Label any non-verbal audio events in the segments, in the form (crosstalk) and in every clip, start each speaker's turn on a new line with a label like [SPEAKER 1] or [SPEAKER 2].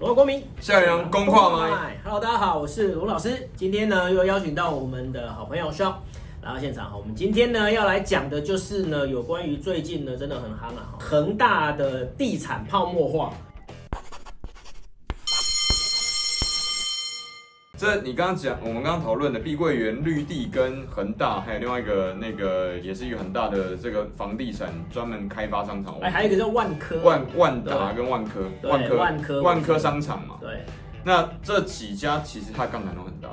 [SPEAKER 1] 荣耀光明，
[SPEAKER 2] 校园公话吗？
[SPEAKER 1] 麦，Hello，大家好，我是龙老师。今天呢，又邀请到我们的好朋友 s h 来到现场。我们今天呢要来讲的就是呢，有关于最近呢真的很夯啊，恒大的地产泡沫化。
[SPEAKER 2] 这你刚刚讲，我们刚刚讨论的碧桂园、绿地跟恒大，还有另外一个那个也是一个很大的这个房地产专门开发商场，
[SPEAKER 1] 哎，还有一个叫万科，
[SPEAKER 2] 万万达跟万科、
[SPEAKER 1] 对
[SPEAKER 2] 科、
[SPEAKER 1] 万科
[SPEAKER 2] 万科商场嘛。
[SPEAKER 1] 对
[SPEAKER 2] 那这几家其实它杠杆都很大，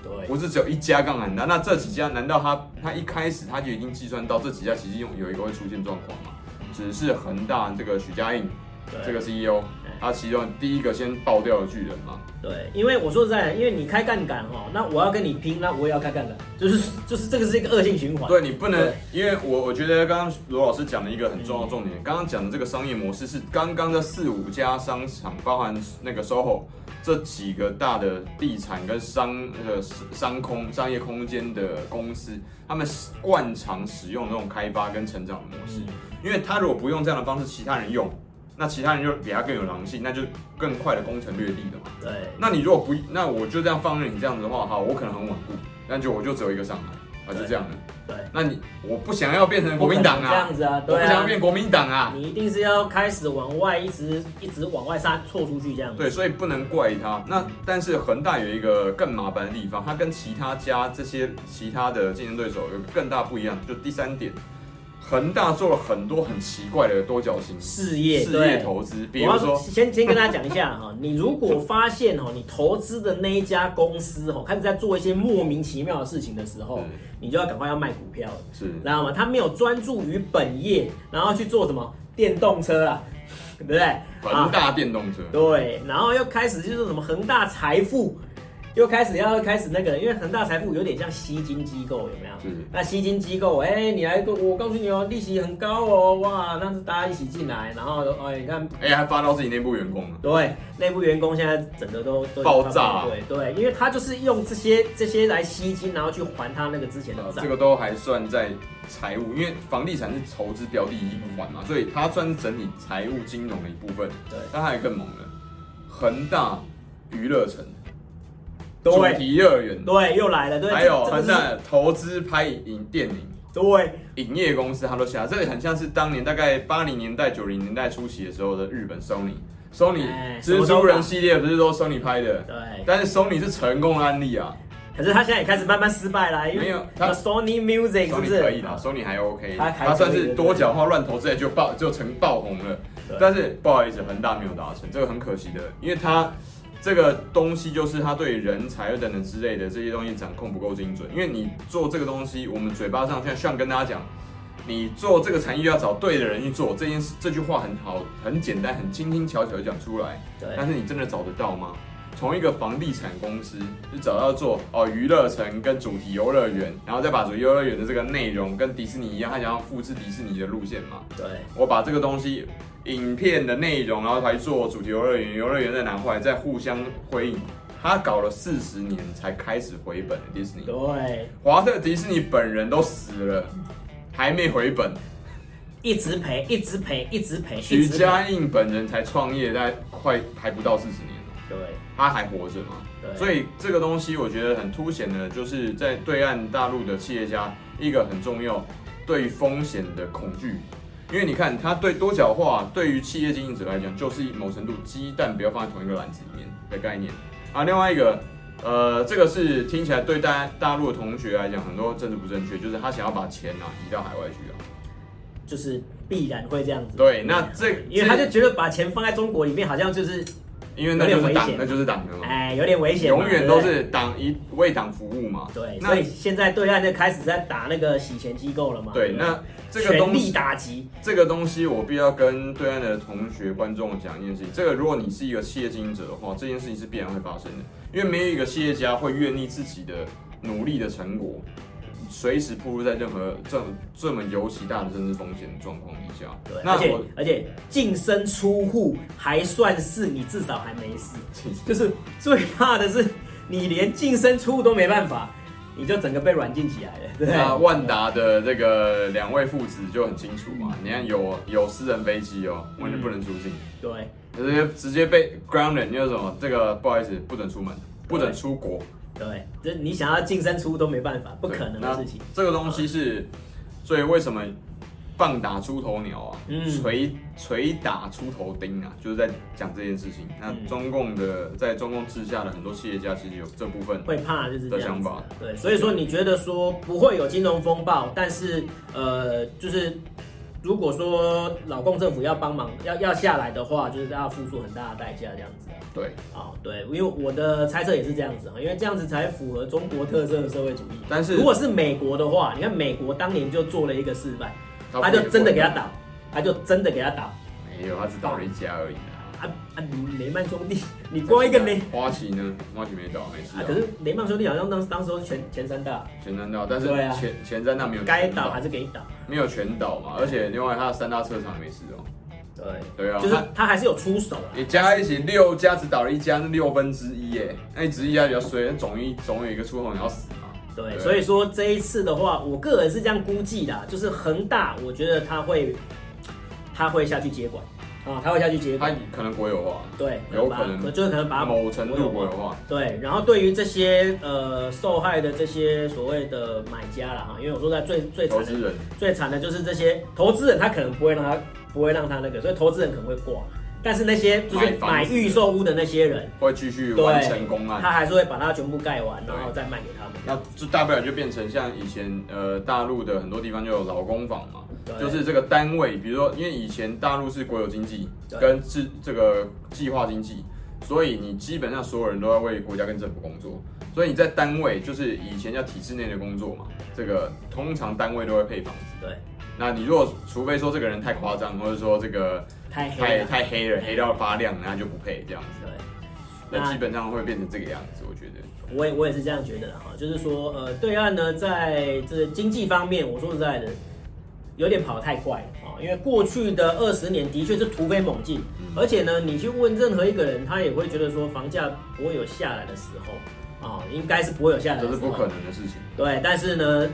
[SPEAKER 1] 对
[SPEAKER 2] 不是只有一家杠杆很大。那这几家难道它它一开始它就已经计算到这几家其实有有一个会出现状况吗？只是恒大这个许家印
[SPEAKER 1] 对，
[SPEAKER 2] 这个 CEO，他其中第一个先爆掉的巨人嘛。
[SPEAKER 1] 对，因为我说实在的，因为你开杠杆哦，那我要跟你拼，那我也要开杠杆，就是就是这个是一个恶性循环。
[SPEAKER 2] 对你不能
[SPEAKER 1] 对，
[SPEAKER 2] 因为我我觉得刚刚罗老师讲了一个很重要的重点，刚刚讲的这个商业模式是刚刚的四五家商场，包含那个 SOHO 这几个大的地产跟商呃商空商业空间的公司，他们惯常使用这种开发跟成长的模式，
[SPEAKER 1] 嗯
[SPEAKER 2] 因为他如果不用这样的方式，其他人用，那其他人就比他更有狼性，那就更快的攻城略地了嘛。
[SPEAKER 1] 对
[SPEAKER 2] 那你如果不，那我就这样放任你这样子的话，好，我可能很稳固，那就我就只有一个上海啊，就这样的。
[SPEAKER 1] 对，
[SPEAKER 2] 那你我不想要变成国民党
[SPEAKER 1] 不可能这
[SPEAKER 2] 啊，
[SPEAKER 1] 样子啊，
[SPEAKER 2] 我不
[SPEAKER 1] 对
[SPEAKER 2] 想要
[SPEAKER 1] 啊，
[SPEAKER 2] 变国民党啊，
[SPEAKER 1] 你一定是要开始往外，一直一直往外杀，错出去这样子。
[SPEAKER 2] 对，所以不能怪他。那但是恒大有一个更麻烦的地方，它跟其他家这些其他的竞争对手有个更大不一样，就第三点，恒大做了很多很奇怪的多角形
[SPEAKER 1] 事业
[SPEAKER 2] 事业
[SPEAKER 1] 对。
[SPEAKER 2] 投资，比
[SPEAKER 1] 我
[SPEAKER 2] 如
[SPEAKER 1] 要
[SPEAKER 2] 说
[SPEAKER 1] 先先跟大家讲一下哈， (laughs) 你如果发现哦，你投资的那一家公司哦，开始在做一些莫名其妙的事情的时候，
[SPEAKER 2] 嗯
[SPEAKER 1] 你就要赶快要卖股票了，
[SPEAKER 2] 是
[SPEAKER 1] 知道吗？他没有专注于本业，然后去做什么电动车啊，对不对？
[SPEAKER 2] 恒大电动车，
[SPEAKER 1] 对，然后又开始就是什么恒大财富，又开始要开始那个，因为恒大财富有点像吸金机构，有没有？
[SPEAKER 2] 是
[SPEAKER 1] 那吸金机构，哎、你来跟我告诉你哦，利息很高哦，哇，那大家一起进来，然后哎、你看，
[SPEAKER 2] 哎、还发到自己内部员工啊了，
[SPEAKER 1] 对，内部员工现在整个都都
[SPEAKER 2] 爆炸
[SPEAKER 1] 对对，因为他就是用这些这些来吸金，然后去还他那个之前的
[SPEAKER 2] 呃
[SPEAKER 1] 债
[SPEAKER 2] 这。个都还算在财务，因为房地产是投资标的一环嘛，所以它算是整体财务金融的一部分。
[SPEAKER 1] 对
[SPEAKER 2] 但它也更猛了，恒大娱乐城、主
[SPEAKER 1] 对
[SPEAKER 2] 题乐园，
[SPEAKER 1] 对，又来了，对，
[SPEAKER 2] 还有
[SPEAKER 1] 这这个
[SPEAKER 2] 恒
[SPEAKER 1] 是
[SPEAKER 2] 大投资拍影电影。
[SPEAKER 1] 对
[SPEAKER 2] 影业公司它都下，这个很像是当年大概八零年代、九零年代初期的时候的日本 Sony。Sony
[SPEAKER 1] 哎什么
[SPEAKER 2] 蜘
[SPEAKER 1] 都
[SPEAKER 2] 蛛
[SPEAKER 1] 打
[SPEAKER 2] 人系列不是都 Sony 拍的，
[SPEAKER 1] 对，
[SPEAKER 2] 但是 Sony 是成功的案例啊
[SPEAKER 1] 可是他现在也开始慢慢失败了，因为
[SPEAKER 2] 没有他
[SPEAKER 1] Sony Music 是不
[SPEAKER 2] ，Sony
[SPEAKER 1] 是？
[SPEAKER 2] 可以啦，Sony 还 OK，
[SPEAKER 1] 它还
[SPEAKER 2] 它算
[SPEAKER 1] 可以
[SPEAKER 2] 是
[SPEAKER 1] 的
[SPEAKER 2] 多角化乱投资的就爆就成爆红了
[SPEAKER 1] 对。
[SPEAKER 2] 但是不好意思，恒大没有达成，这个很可惜的，因为它这个东西就是它对人才等等之类的这些东西掌控不够精准。因为你做这个东西，我们嘴巴上像像跟大家讲，你做这个产业要找对的人去做这件事，这句话很好，很简单，很轻轻巧巧地讲出来。
[SPEAKER 1] 对。
[SPEAKER 2] 但是你真的找得到吗？从一个房地产公司，就找到做哦娱乐城跟主题游乐园，然后再把主题游乐园的这个内容跟迪士尼一样，他想要复制迪士尼的路线嘛？
[SPEAKER 1] 对
[SPEAKER 2] 我把这个东西影片的内容，然后来做主题游乐园，游乐园再拿回来，再互相辉映。他搞了四十年才开始回本，迪士尼，
[SPEAKER 1] 对，
[SPEAKER 2] 华特迪士尼本人都死了，还没回本。
[SPEAKER 1] 一直赔，一直赔，一直赔，一
[SPEAKER 2] 许
[SPEAKER 1] 直赔
[SPEAKER 2] 家印本人才创业，大概快还不到四十年了。
[SPEAKER 1] 对
[SPEAKER 2] 他还活着嘛？
[SPEAKER 1] 对
[SPEAKER 2] 所以这个东西我觉得很凸显的，就是在对岸大陆的企业家一个很重要对于风险的恐惧，因为你看他对多角化对于企业经营者来讲，就是某程度鸡蛋不要放在同一个篮子里面的概念啊。另外一个，呃，这个是听起来对大大陆的同学来讲，很多政治不正确，就是他想要把钱啊移到海外去啊。
[SPEAKER 1] 就是必然会这样子。嗯
[SPEAKER 2] 对，那这
[SPEAKER 1] 因为他就觉得把钱放在中国里面，好像就是
[SPEAKER 2] 因为那就是
[SPEAKER 1] 有点危
[SPEAKER 2] 党
[SPEAKER 1] 险，
[SPEAKER 2] 那就是党的嘛，
[SPEAKER 1] 哎有点危险嘛，
[SPEAKER 2] 永远都
[SPEAKER 1] 对
[SPEAKER 2] 是党一为党服务嘛。
[SPEAKER 1] 不对。对，
[SPEAKER 2] 那
[SPEAKER 1] 所以现在对岸就开始在打那个洗钱机构了嘛。
[SPEAKER 2] 对，
[SPEAKER 1] 不
[SPEAKER 2] 那这个东
[SPEAKER 1] 全力
[SPEAKER 2] 西，
[SPEAKER 1] 打击。
[SPEAKER 2] 这个东西我必要跟对岸的同学、观众讲一件事情：这个如果你是一个企业经营者的话，这件事情是必然会发生的，因为没有一个企业家会愿意自己的努力的成果，随时暴露在任何这这么尤其大的政治风险的状况底下
[SPEAKER 1] 对，。
[SPEAKER 2] 那
[SPEAKER 1] 而且
[SPEAKER 2] 我
[SPEAKER 1] 而且净身出户还算是你至少还没事，就是最怕的是你连净身出户都没办法，你就整个被软禁起来了，对不对？
[SPEAKER 2] 那万达的这个两位父子就很清楚嘛，
[SPEAKER 1] 嗯
[SPEAKER 2] 你看有有私人飞机哦，完全不能出境，
[SPEAKER 1] 对，
[SPEAKER 2] 直接直接被 grounded，就是什么这个不好意思，不准出门，不准出国，
[SPEAKER 1] 对，这你想要净身出户都没办法，不可能的事情。
[SPEAKER 2] 那这个东西是，所以为什么棒打出头鸟啊，
[SPEAKER 1] 嗯
[SPEAKER 2] 捶捶打出头钉啊，就是在讲这件事情。那
[SPEAKER 1] 嗯
[SPEAKER 2] 中共的在中共治下的很多企业家其实有这部分，
[SPEAKER 1] 会怕就是这
[SPEAKER 2] 的
[SPEAKER 1] 样
[SPEAKER 2] 想
[SPEAKER 1] 子
[SPEAKER 2] 法。
[SPEAKER 1] 对，所以说你觉得说不会有金融风暴，但是呃，就是如果说老共政府要帮忙要要下来的话，就是要付出很大的代价这样子啊。
[SPEAKER 2] 对，
[SPEAKER 1] 哦，对，因为我的猜测也是这样子啊，因为这样子才符合中国特色的社会主义。
[SPEAKER 2] 但是
[SPEAKER 1] 如果是美国的话，你看美国当年就做了一个示范，
[SPEAKER 2] 他
[SPEAKER 1] 他就真的给他
[SPEAKER 2] 不
[SPEAKER 1] 打，他就真的给他打。
[SPEAKER 2] 会，没有，他只打了一家而已啊。
[SPEAKER 1] 啊啊，雷曼兄弟，你光一个雷
[SPEAKER 2] 花旗呢？花旗没倒，没事
[SPEAKER 1] 啊
[SPEAKER 2] 啊，
[SPEAKER 1] 可。是雷曼兄弟好像当当时候是全前三大，
[SPEAKER 2] 前三道，但是
[SPEAKER 1] 对啊
[SPEAKER 2] 前前三大没有
[SPEAKER 1] 该
[SPEAKER 2] 全
[SPEAKER 1] 打还是给你打。
[SPEAKER 2] 没有全倒嘛，而且另外他的三大车厂没事哦。
[SPEAKER 1] 对，
[SPEAKER 2] 对啊，
[SPEAKER 1] 就是
[SPEAKER 2] 他
[SPEAKER 1] 他还是有出手啊。
[SPEAKER 2] 你加在一起六家只倒了一家，是六分之一耶。那你只一家比较衰，那总一总有一个出后你要死嘛。
[SPEAKER 1] 对，所以说这一次的话，我个人是这样估计的啊，就是恒大，我觉得他会他会下去接管啊，他会下去接
[SPEAKER 2] 他
[SPEAKER 1] 管。
[SPEAKER 2] 可能国有化，
[SPEAKER 1] 对，
[SPEAKER 2] 有
[SPEAKER 1] 把
[SPEAKER 2] 可能
[SPEAKER 1] 就是可能把它
[SPEAKER 2] 某程度国
[SPEAKER 1] 国有
[SPEAKER 2] 有化。
[SPEAKER 1] 对，然后对于这些呃受害的这些所谓的买家了哈，因为我说在最最惨
[SPEAKER 2] 投
[SPEAKER 1] 的
[SPEAKER 2] 资人
[SPEAKER 1] 最惨的就是这些投资人，他可能不会让他不会让他那个，所以投资人可能会挂，但是那些就是
[SPEAKER 2] 买房
[SPEAKER 1] 买
[SPEAKER 2] 子
[SPEAKER 1] 预售屋的那些人，
[SPEAKER 2] 会继续
[SPEAKER 1] 对
[SPEAKER 2] 完成公案，
[SPEAKER 1] 他还是会把它全部盖完，
[SPEAKER 2] 对
[SPEAKER 1] 然后再卖给他们。
[SPEAKER 2] 那就大不了就变成像以前呃大陆的很多地方就有劳工坊嘛，
[SPEAKER 1] 对
[SPEAKER 2] 就是这个单位，比如说因为以前大陆是国有经济
[SPEAKER 1] 对
[SPEAKER 2] 跟是这个计划经济，所以你基本上所有人都在为国家跟政府工作，所以你在单位就是以前叫体制内的工作嘛，这个通常单位都会配房子。
[SPEAKER 1] 对，
[SPEAKER 2] 那你如果除非说这个人太夸张，或者说这个
[SPEAKER 1] 太黑
[SPEAKER 2] 太
[SPEAKER 1] 了。
[SPEAKER 2] 太黑了，黑到发亮，那就不配这样子。
[SPEAKER 1] 对，
[SPEAKER 2] 那
[SPEAKER 1] 那
[SPEAKER 2] 基本上会变成这个样子，我觉得。
[SPEAKER 1] 我也我也是这样觉得的哈，就是说呃，对岸呢在这经济方面，我说实在的，有点跑得太快了啊，因为过去的二十年的确是突飞猛进，
[SPEAKER 2] 嗯
[SPEAKER 1] 而且呢，你去问任何一个人，他也会觉得说房价不会有下来的时候啊，应该是不会有下来的时
[SPEAKER 2] 这
[SPEAKER 1] 候，
[SPEAKER 2] 是不可能的事情。
[SPEAKER 1] 对，但是呢，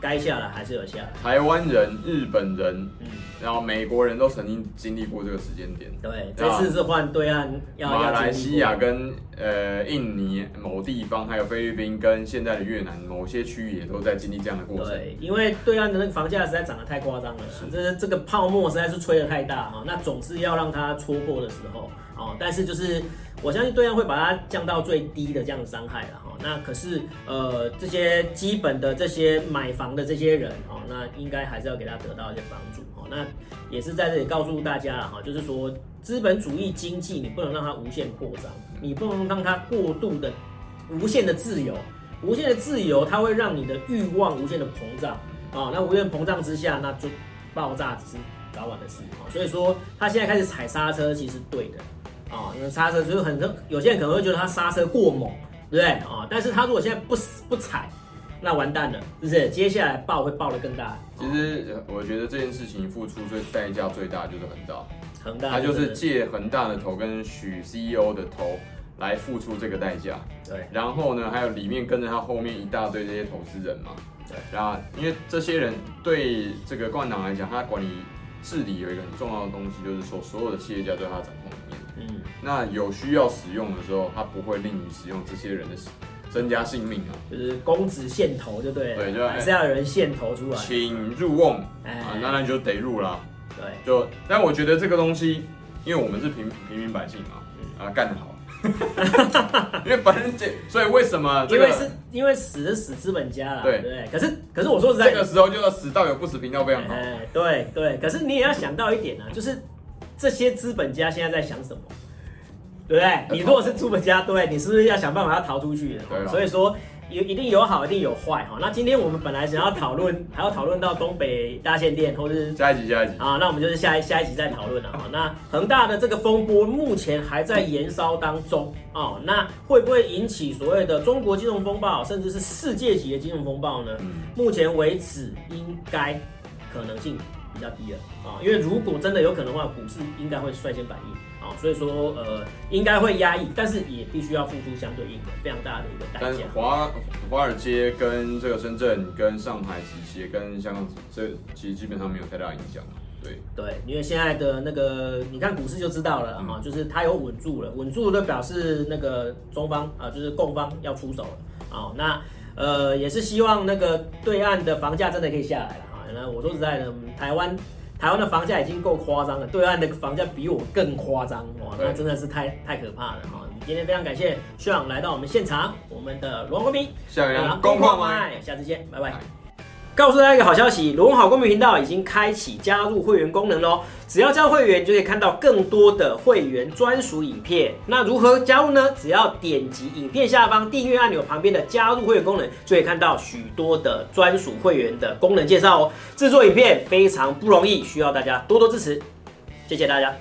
[SPEAKER 1] 该下来还是有下来。
[SPEAKER 2] 台湾人、日本人，
[SPEAKER 1] 嗯，
[SPEAKER 2] 然后美国人都曾经经历过这个时间点。
[SPEAKER 1] 对，这次是换对岸要
[SPEAKER 2] 啊马来西亚
[SPEAKER 1] 要经历
[SPEAKER 2] 跟呃印尼某地方，还有菲律宾跟现在的越南某些区域也都在经历这样的过
[SPEAKER 1] 过
[SPEAKER 2] 程。
[SPEAKER 1] 对，因为对岸的那个房价实在涨得太夸张了，这这个泡沫实在是吹得太大哈、那总是要让它戳破的时候哦。但是就是我相信对岸会把它降到最低的这样的伤害了哈、那可是呃这些基本的这些买房的这些人哦，那应该还是要给他得到一些帮助哦。那也是在这里告诉大家了哈，就是说资本主义经济你不能让它无限扩张，你不能让它过度的无限的自由，无限的自由它会让你的欲望无限的膨胀啊、那无限膨胀之下，那就爆炸只是早晚的事啊、所以说他现在开始踩刹车，其实对的啊、因为刹车就是很多有些人可能会觉得他刹车过猛，对不对啊、但是他如果现在不不踩，那完蛋了，是不是？接下来爆会爆得更大。
[SPEAKER 2] 其实呃我觉得这件事情付出最代价最大就是恒大，
[SPEAKER 1] 恒大
[SPEAKER 2] 他就
[SPEAKER 1] 真
[SPEAKER 2] 是
[SPEAKER 1] 的
[SPEAKER 2] 借恒大的头跟许 CEO 的头来付出这个代价。
[SPEAKER 1] 对
[SPEAKER 2] 然后呢，还有里面跟着他后面一大堆这些投资人嘛。
[SPEAKER 1] 对。
[SPEAKER 2] 然后，因为这些人对这个共产党来讲，他管理治理有一个很重要的东西，就是说所有的企业家都在他的掌控里面。
[SPEAKER 1] 嗯
[SPEAKER 2] 那有需要使用的时候，他不会令你使用这些人的增加性命啊，，
[SPEAKER 1] 就是公子献头就对了，
[SPEAKER 2] 对就
[SPEAKER 1] 还是要有人献头出来。
[SPEAKER 2] 请入瓮啊
[SPEAKER 1] 哎，，
[SPEAKER 2] 那那你就得入啦。
[SPEAKER 1] 对，
[SPEAKER 2] 就，但我觉得这个东西，因为我们是平平民百姓嘛，
[SPEAKER 1] 嗯
[SPEAKER 2] 啊，干得好。 (laughs) 因为反正这，所以为什么啊这
[SPEAKER 1] 因
[SPEAKER 2] 个
[SPEAKER 1] 为是因为死是死资本家啦，
[SPEAKER 2] 对
[SPEAKER 1] 对不对？可是可是我说实在
[SPEAKER 2] 这，个时候就要死道友不死，频道非常好。
[SPEAKER 1] 哎，对对，可是你也要想到一点啊，就是这些资本家现在在想什么，对不对？你如果是资本家，对，你是不是要想办法要逃出去的？
[SPEAKER 2] 对啊
[SPEAKER 1] 所以说。有一定有好，一定有坏哈。那今天我们本来想要讨论，还要讨论到东北大限电，或是
[SPEAKER 2] 下一集，下一集。
[SPEAKER 1] 啊，那我们就是下一下一集再讨论了啊。那恒大的这个风波目前还在延烧当中哦，那会不会引起所谓的中国金融风暴，甚至是世界级的金融风暴呢？
[SPEAKER 2] 嗯，
[SPEAKER 1] 目前为止，应该可能性比较低了啊，因为如果真的有可能的话，股市应该会率先反应。哦，所以说呃应该会压抑，但是也必须要付出相对应的非常大的一个代
[SPEAKER 2] 但是
[SPEAKER 1] 价。
[SPEAKER 2] 华华尔街跟这个深圳、跟上海其实也跟香港这其实基本上没有太大影响。对，
[SPEAKER 1] 对，因为现在的那个，你看股市就知道了哈、就是它有稳住了，稳住就表示那个中方啊、就是供方要出手了。哦，那呃也是希望那个对岸的房价真的可以下来了啊。那我说实在的，嗯台湾台湾的房价已经够夸张了，对岸的房价比我更夸张哇，那
[SPEAKER 2] 对
[SPEAKER 1] 真的是太太可怕了哈、今天非常感谢徐朗来到我们现场，我们的罗国民。
[SPEAKER 2] 下一
[SPEAKER 1] 好啦
[SPEAKER 2] 样公矿吗？
[SPEAKER 1] 麦，下次见，拜拜
[SPEAKER 2] 拜。
[SPEAKER 1] 告诉大家一个好消息，罗文好公民频道已经开启加入会员功能喽！只要加入会员，就可以看到更多的会员专属影片。那如何加入呢？只要点击影片下方订阅按钮旁边的加入会员功能，就可以看到许多的专属会员的功能介绍哦。制作影片非常不容易，需要大家多多支持，谢谢大家。